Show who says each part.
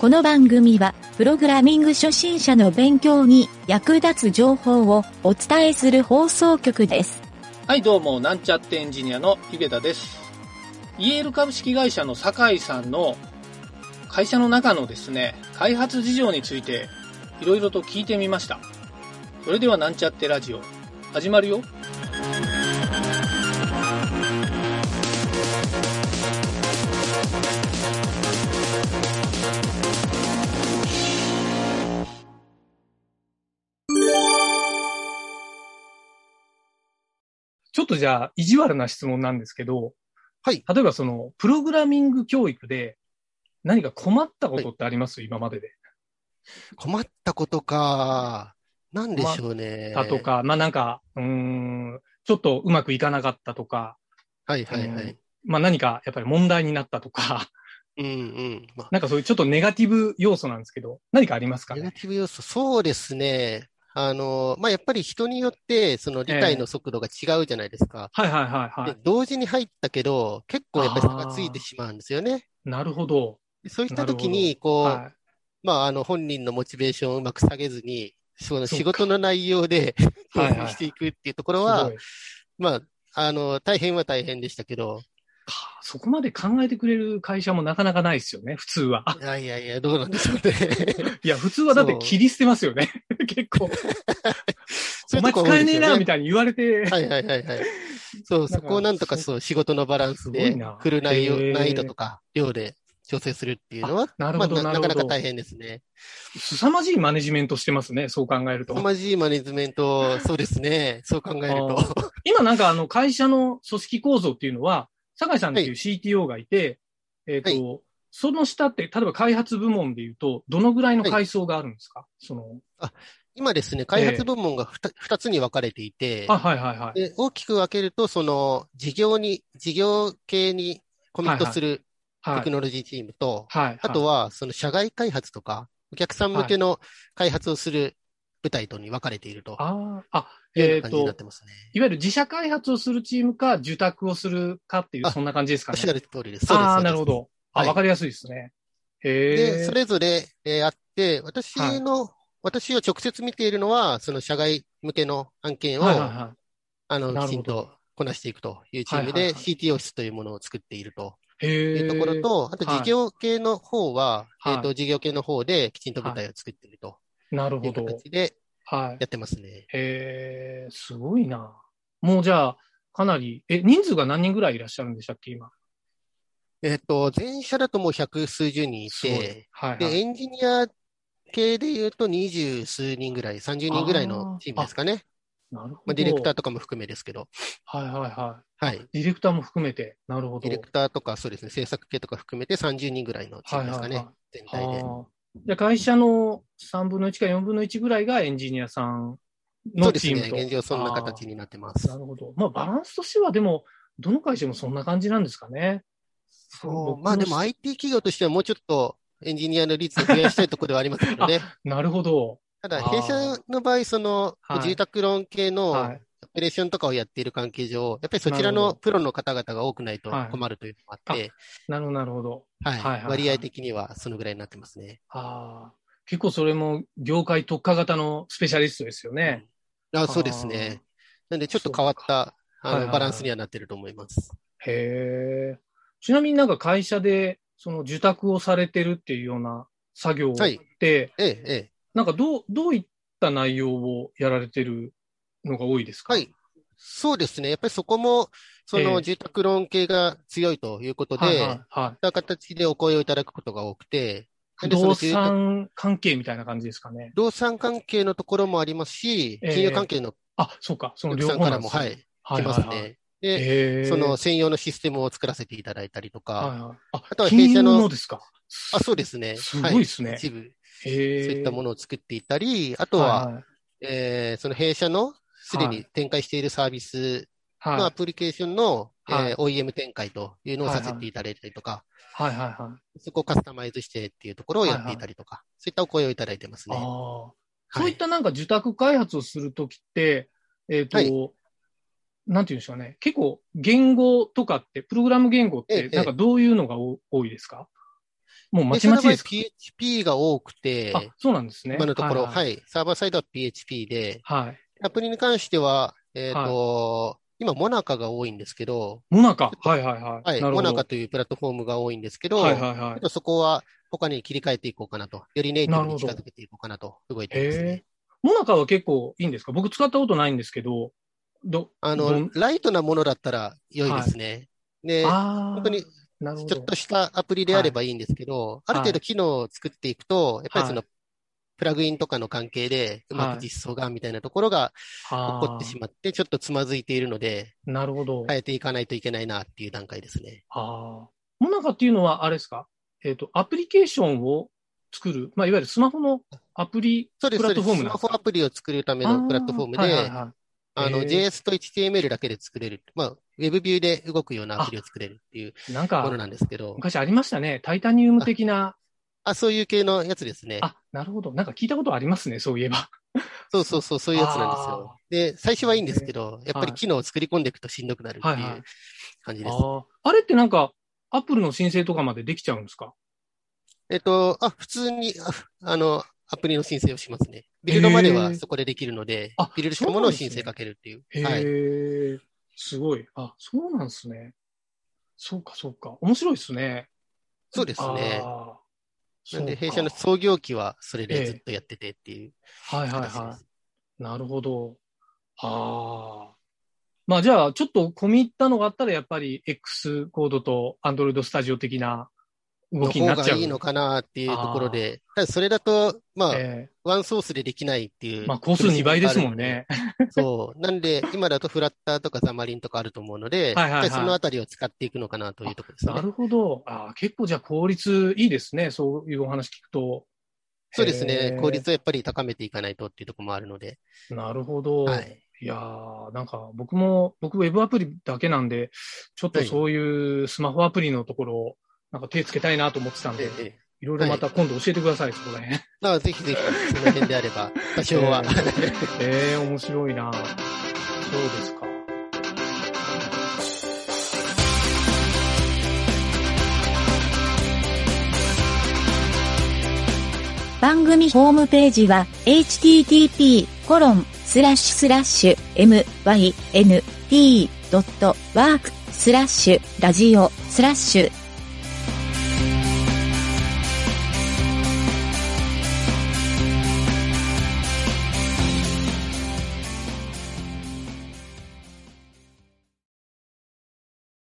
Speaker 1: この番組は、プログラミング初心者の勉強に役立つ情報をお伝えする放送局です。
Speaker 2: はい、どうも、なんちゃってエンジニアのゆげたです。イエール株式会社の酒井さんの会社の中のですね、開発事情についていろいろと聞いてみました。それではなんちゃってラジオ、始まるよ。
Speaker 3: ちょっとじゃあ、意地悪な質問なんですけど、
Speaker 4: はい。
Speaker 3: 例えばその、プログラミング教育で、何か困ったことってあります、今までで。
Speaker 4: 困ったことか。なんでしょうね。
Speaker 3: だと。か、まあなんか、うーん、ちょっとうまくいかなかったとか、
Speaker 4: はいはいはい。
Speaker 3: まあ何かやっぱり問題になったとか、
Speaker 4: うんうん。まあ、
Speaker 3: なんかそういうちょっとネガティブ要素なんですけど、何かありますか
Speaker 4: ネガ
Speaker 3: ね
Speaker 4: ティブ要素、そうですね。あの、まあ、やっぱり人によって、その理解の速度が違うじゃないですか。
Speaker 3: はいはいはいは
Speaker 4: で同時に入ったけど、結構やっぱり差がついてしまうんですよね。
Speaker 3: い。なるほど。
Speaker 4: でそういった時に、こう、
Speaker 3: は
Speaker 4: まあ、あの、本人のモチベーションをうまく下げずに、そ
Speaker 3: そ
Speaker 4: の
Speaker 3: うか
Speaker 4: 仕事の内容で、
Speaker 3: はいはい
Speaker 4: 工夫していくっていうとこ
Speaker 3: い。す
Speaker 4: ろは
Speaker 3: ごい、
Speaker 4: まあ、あの、大変は大変でしたけど、
Speaker 3: かそこまで考えてくれる会社もなかなかないですよね、普通は。 あ
Speaker 4: いやいやいや、どうなんでしょうね。
Speaker 3: いや、普通はだって
Speaker 4: そう
Speaker 3: 切り捨てますよね。 結構。
Speaker 4: そ
Speaker 3: お
Speaker 4: ういう
Speaker 3: 前
Speaker 4: とこ多
Speaker 3: 使
Speaker 4: い
Speaker 3: え
Speaker 4: で
Speaker 3: ね
Speaker 4: す
Speaker 3: え
Speaker 4: よね
Speaker 3: な、みたいに言われて。
Speaker 4: はいはいはいはい。そ
Speaker 3: だ
Speaker 4: う、
Speaker 3: から
Speaker 4: そこをなんとかそう、仕事のバランス
Speaker 3: す
Speaker 4: で
Speaker 3: ごいな、
Speaker 4: 来る内容
Speaker 3: へー、
Speaker 4: 難易度とか、量で調整するっていうのは、
Speaker 3: なるほど
Speaker 4: ま
Speaker 3: な
Speaker 4: あ、
Speaker 3: るほど
Speaker 4: かなか大変ですね。
Speaker 3: 凄まじいマネジメントしてますね、そう考えると。
Speaker 4: 凄まじいマネジメント、そうですね。そう考えると。
Speaker 3: 今なんかあの会社の組織構造っていうのは、酒井さんっていう
Speaker 4: は
Speaker 3: CTO がいて、えっ、と、
Speaker 4: は
Speaker 3: その下って、例えば開発部門でいうと、どのぐらいの階層があるんですか、その、
Speaker 4: 今ですね、開発部門が 2, 二つに分かれていて、
Speaker 3: あ、はいはいはい。
Speaker 4: で大きく分けると、その、事業に、事業系にコミットするテ
Speaker 3: は
Speaker 4: ク
Speaker 3: い。
Speaker 4: ノロジーチームと、
Speaker 3: はい。
Speaker 4: あとは、その社外開発とか、お客さん向けの開発をする部隊とに分かれていると
Speaker 3: ああ、あ、
Speaker 4: いうよう
Speaker 3: え
Speaker 4: な
Speaker 3: っ、
Speaker 4: 感じになっ
Speaker 3: と、
Speaker 4: てますね。
Speaker 3: いわゆる自社開発をするチームか、受託をするかっていう、
Speaker 4: あ
Speaker 3: そんな感じですか
Speaker 4: おっ
Speaker 3: ね
Speaker 4: し。ゃる通りです。そうです
Speaker 3: ああ、
Speaker 4: そうです
Speaker 3: なるほど。あ、
Speaker 4: はい
Speaker 3: わかりやすいですね。へ
Speaker 4: で、
Speaker 3: え
Speaker 4: そ。れぞれ、えーあって、私の、私を直接見ているのは、その社外向けの案件を、
Speaker 3: はいはいは
Speaker 4: あの、
Speaker 3: なるほど
Speaker 4: きちんとこなしていくというチー
Speaker 3: は
Speaker 4: ム
Speaker 3: いはい
Speaker 4: で、
Speaker 3: はい
Speaker 4: CTO 室というものを作っていると
Speaker 3: い。へ
Speaker 4: い
Speaker 3: え。
Speaker 4: うところと、あと事業系の方は、
Speaker 3: はい
Speaker 4: えっ、と、事業系の方できちんと舞台を作っていると
Speaker 3: なる
Speaker 4: い
Speaker 3: ほ
Speaker 4: う
Speaker 3: ど。
Speaker 4: 形で
Speaker 3: はい。
Speaker 4: やってますね。
Speaker 3: へえ、すごいな。もうじゃあ、かなり、え、人数が何人ぐらいいらっしゃるんでしたっけ、今。
Speaker 4: えっ、と、全社だともう百数十人い
Speaker 3: すごい
Speaker 4: て、
Speaker 3: はい、
Speaker 4: で、
Speaker 3: はい。
Speaker 4: エンジニア系で言うと二十数人ぐらい、三十人ぐらいのチームですかね。
Speaker 3: なるほど。
Speaker 4: まあ、ディレクターとかも含めですけど。
Speaker 3: はいはいは
Speaker 4: はい。
Speaker 3: い。ディレクターも含めて、なるほど。
Speaker 4: ディレクターとか、そうですね、制作系とか含めて30人ぐらいのチームですかね、
Speaker 3: はい
Speaker 4: 全
Speaker 3: はい
Speaker 4: 体
Speaker 3: はい
Speaker 4: で。
Speaker 3: あーじゃあ会社の3分の1か4分の1ぐらいがエンジニアさん
Speaker 4: そう
Speaker 3: の
Speaker 4: です
Speaker 3: チーム
Speaker 4: ね、
Speaker 3: と。
Speaker 4: 現状そんな形になってま
Speaker 3: あー
Speaker 4: す。
Speaker 3: なるほど。まあ、バランスとしては、でも、どの会社もそんな感じなんですかね。
Speaker 4: そ
Speaker 3: 僕の
Speaker 4: う、まあでも IT 企業としてはもうちょっとエンジニアの率を増やしたいところではありますけ どね。
Speaker 3: なるほど。
Speaker 4: ただ、
Speaker 3: あー
Speaker 4: 弊社の場合、その
Speaker 3: はい
Speaker 4: 住宅ローン系の
Speaker 3: は
Speaker 4: オ
Speaker 3: い。
Speaker 4: ペレーションとかをやっている関係上、やっぱりそち
Speaker 3: な
Speaker 4: ら
Speaker 3: るほ
Speaker 4: の
Speaker 3: ど
Speaker 4: プロの方々が多くないと
Speaker 3: はい
Speaker 4: 困るというのもあって、
Speaker 3: なるほど、なるほど。
Speaker 4: はい
Speaker 3: はいはいはい
Speaker 4: 割合的にはそのぐらいになってますね。
Speaker 3: ああ。結構それも業界特化型のスペシャリストですよね。
Speaker 4: あそうですね。なんで、ちょっと変わった
Speaker 3: はい
Speaker 4: あ
Speaker 3: はい
Speaker 4: の
Speaker 3: はい
Speaker 4: バランスにはなってると思います。
Speaker 3: へえ。ちなみになんか会社で、その受託をされてるっていうような作業って、
Speaker 4: はいええ、ええ。
Speaker 3: なんかどう、どういった内容をやられてるのが多いですか
Speaker 4: はい。。そうですね。やっぱりそこも、そ
Speaker 3: ええ
Speaker 4: の住宅ローン系が強いということで、
Speaker 3: はい
Speaker 4: そう
Speaker 3: はい
Speaker 4: いっ
Speaker 3: は
Speaker 4: た形でお声をいただくことが多くて、
Speaker 3: い。不
Speaker 4: でその
Speaker 3: 動
Speaker 4: 住宅
Speaker 3: 産関係みたいな感じですかね。
Speaker 4: 動産関係のところもありますし、
Speaker 3: ええ
Speaker 4: 金融関係の
Speaker 3: あ、そうか、そ
Speaker 4: お
Speaker 3: の両
Speaker 4: 客さん
Speaker 3: 方な
Speaker 4: から
Speaker 3: んで
Speaker 4: も、
Speaker 3: すね
Speaker 4: はい、
Speaker 3: はい
Speaker 4: 来
Speaker 3: は
Speaker 4: ま
Speaker 3: い
Speaker 4: す
Speaker 3: はい。
Speaker 4: ね。で、
Speaker 3: へえ。
Speaker 4: その、専用のシステムを作らせていただいたりとか、
Speaker 3: はいはい。あ、
Speaker 4: とは
Speaker 3: 金
Speaker 4: 弊
Speaker 3: 融
Speaker 4: 社の
Speaker 3: のですか。
Speaker 4: あ、そうですね。
Speaker 3: す
Speaker 4: は
Speaker 3: ごいですね
Speaker 4: 一部、
Speaker 3: へ
Speaker 4: そう
Speaker 3: え。
Speaker 4: いったも
Speaker 3: の
Speaker 4: のを作っていたり、あとは、、えーその弊社のすで
Speaker 3: は
Speaker 4: に展開しているサービス
Speaker 3: はい
Speaker 4: のアプリケーションの、
Speaker 3: はい
Speaker 4: えー OEM 展開というのをさせていただいたりとか、
Speaker 3: はいはいはい。
Speaker 4: そこをカスタマイズしてっていうところをやっていたりとか、そういったお声をいただいてますね。
Speaker 3: ああ。
Speaker 4: は
Speaker 3: そうい
Speaker 4: い
Speaker 3: ったなんか受託開発をするときって、えっ、と、
Speaker 4: は
Speaker 3: なんていうんでしょうね。結構言語とかって、プログラム言語っ
Speaker 4: え
Speaker 3: て
Speaker 4: え
Speaker 3: なんかどういうのがお多いですかもうま
Speaker 4: で
Speaker 3: ちまちですか
Speaker 4: その場合 PHP が多くて、
Speaker 3: あ、そうなんですね。。
Speaker 4: 今のところ、はいい。サーバーサイドは PHP で、
Speaker 3: はい。
Speaker 4: アプリに関しては、えっと、今、モナカが多いんですけど、
Speaker 3: モナカ。はいはいはい。
Speaker 4: はい。
Speaker 3: なる
Speaker 4: モ
Speaker 3: ほど。
Speaker 4: ナカというプラットフォームが多いんですけど、
Speaker 3: はいはいは
Speaker 4: ち
Speaker 3: い
Speaker 4: ょっ。とそこは他に切り替えていこうかなと。よりネイティブに近づけていこうかなと動いてます
Speaker 3: へえ
Speaker 4: ね。。
Speaker 3: モナカは結構いいんですか僕使ったことないんですけど、ど、
Speaker 4: あ
Speaker 3: ど
Speaker 4: の
Speaker 3: ん、
Speaker 4: ライトなものだったら良いですね。で、
Speaker 3: あ
Speaker 4: 本
Speaker 3: あ
Speaker 4: 当、に
Speaker 3: なるほ
Speaker 4: ちょっ
Speaker 3: ど。
Speaker 4: としたアプリであればいいんですけど、ある程度機能を作っていくと、やっぱりその、プラグインとかの関係で、うまく実装がみたいなところが起こってしまって、ちょっとつまずいているので、
Speaker 3: あーなるほど。
Speaker 4: 変えていかないといけないなっていう段階ですね。
Speaker 3: ああ。モナカっていうのは、あれですかえっ、と、アプリケーションを作る、まあ、いわゆるスマホのアプリ、
Speaker 4: そうです、
Speaker 3: プ
Speaker 4: そ
Speaker 3: ラ
Speaker 4: う
Speaker 3: ット
Speaker 4: で
Speaker 3: フォー
Speaker 4: す。
Speaker 3: ム
Speaker 4: ス
Speaker 3: な
Speaker 4: マ
Speaker 3: んです
Speaker 4: ホ
Speaker 3: か
Speaker 4: アプリを作るためのプラットフォーム
Speaker 3: あはいは
Speaker 4: で
Speaker 3: い、はい
Speaker 4: あの、
Speaker 3: へえ
Speaker 4: JS と HTML だけで作れる。まあ、ウェブビューで動くようなアプリを作れるっていう
Speaker 3: なん
Speaker 4: もの
Speaker 3: か、
Speaker 4: なんですけど、
Speaker 3: 昔ありましたね。タイタニウム的な。
Speaker 4: あ、そういう系のやつですね。
Speaker 3: あ、なるほど。なんか聞いたことありますね、そういえば。
Speaker 4: そうそうそう、そういうやつなんですよ。で、最初はいいんですけど、やっぱり機能を作り込んでいくとしんどくなるってい
Speaker 3: はいはいう
Speaker 4: 感じです。
Speaker 3: ああ。あれってなんか、アップルの申請とかまでできちゃうんですか
Speaker 4: えっと、あ、普通に、ああの、アプリの申請をしますね。ビルドまで
Speaker 3: へえ
Speaker 4: はそこでできるので
Speaker 3: あ、
Speaker 4: ビルドしたものを申請かけるっていう。
Speaker 3: へえ、
Speaker 4: はい。
Speaker 3: すごい。あ、そうなんですね。そうか、そうか。面白いですね。
Speaker 4: そうですね。
Speaker 3: あー
Speaker 4: なんで、
Speaker 3: そう
Speaker 4: 弊
Speaker 3: か
Speaker 4: 社の創業期はそれ
Speaker 3: ええ
Speaker 4: でずっとやっててっていう
Speaker 3: はいはい
Speaker 4: 形で
Speaker 3: は
Speaker 4: す。
Speaker 3: い。なるほど。ああ。まあじゃあ、ちょっと込み入ったのがあったら、やっぱり X コードと Android Studio 的な動きになっちゃう。
Speaker 4: の方がいいのかなっていうところで、ただそれだと、まあ、
Speaker 3: え
Speaker 4: ワンソースでできないってい
Speaker 3: え
Speaker 4: う。
Speaker 3: まあ、工数2倍ですもんね。
Speaker 4: そう。なんで、今だとフラッターとかザマリンとかあると思うので、
Speaker 3: はいはいはい
Speaker 4: やっぱりそのあたりを使っていくのかなというところです ね。
Speaker 3: なるほど。ああ、結構じゃあ効率いいですね。そういうお話聞くと。
Speaker 4: そうです
Speaker 3: へ
Speaker 4: ね。
Speaker 3: え
Speaker 4: 効率をやっぱり高めていかないとっていうところもあるので。
Speaker 3: なるほど。、
Speaker 4: はいい。
Speaker 3: やーなんか僕も、僕ウェブアプリだけなんで、ちょっと
Speaker 4: はい
Speaker 3: そういうスマホアプリのところを、なんか手つけたいなと思ってたんで、
Speaker 4: え
Speaker 3: い
Speaker 4: え。
Speaker 3: ろいろまた今度教えてください、そこら辺。
Speaker 4: まあ、ぜひぜひ、その辺であれば、多少は。
Speaker 3: ええ面白いな。そうですか。
Speaker 1: 番組ホームページは http:// myn.t.work スラッシュラジオスラッシュ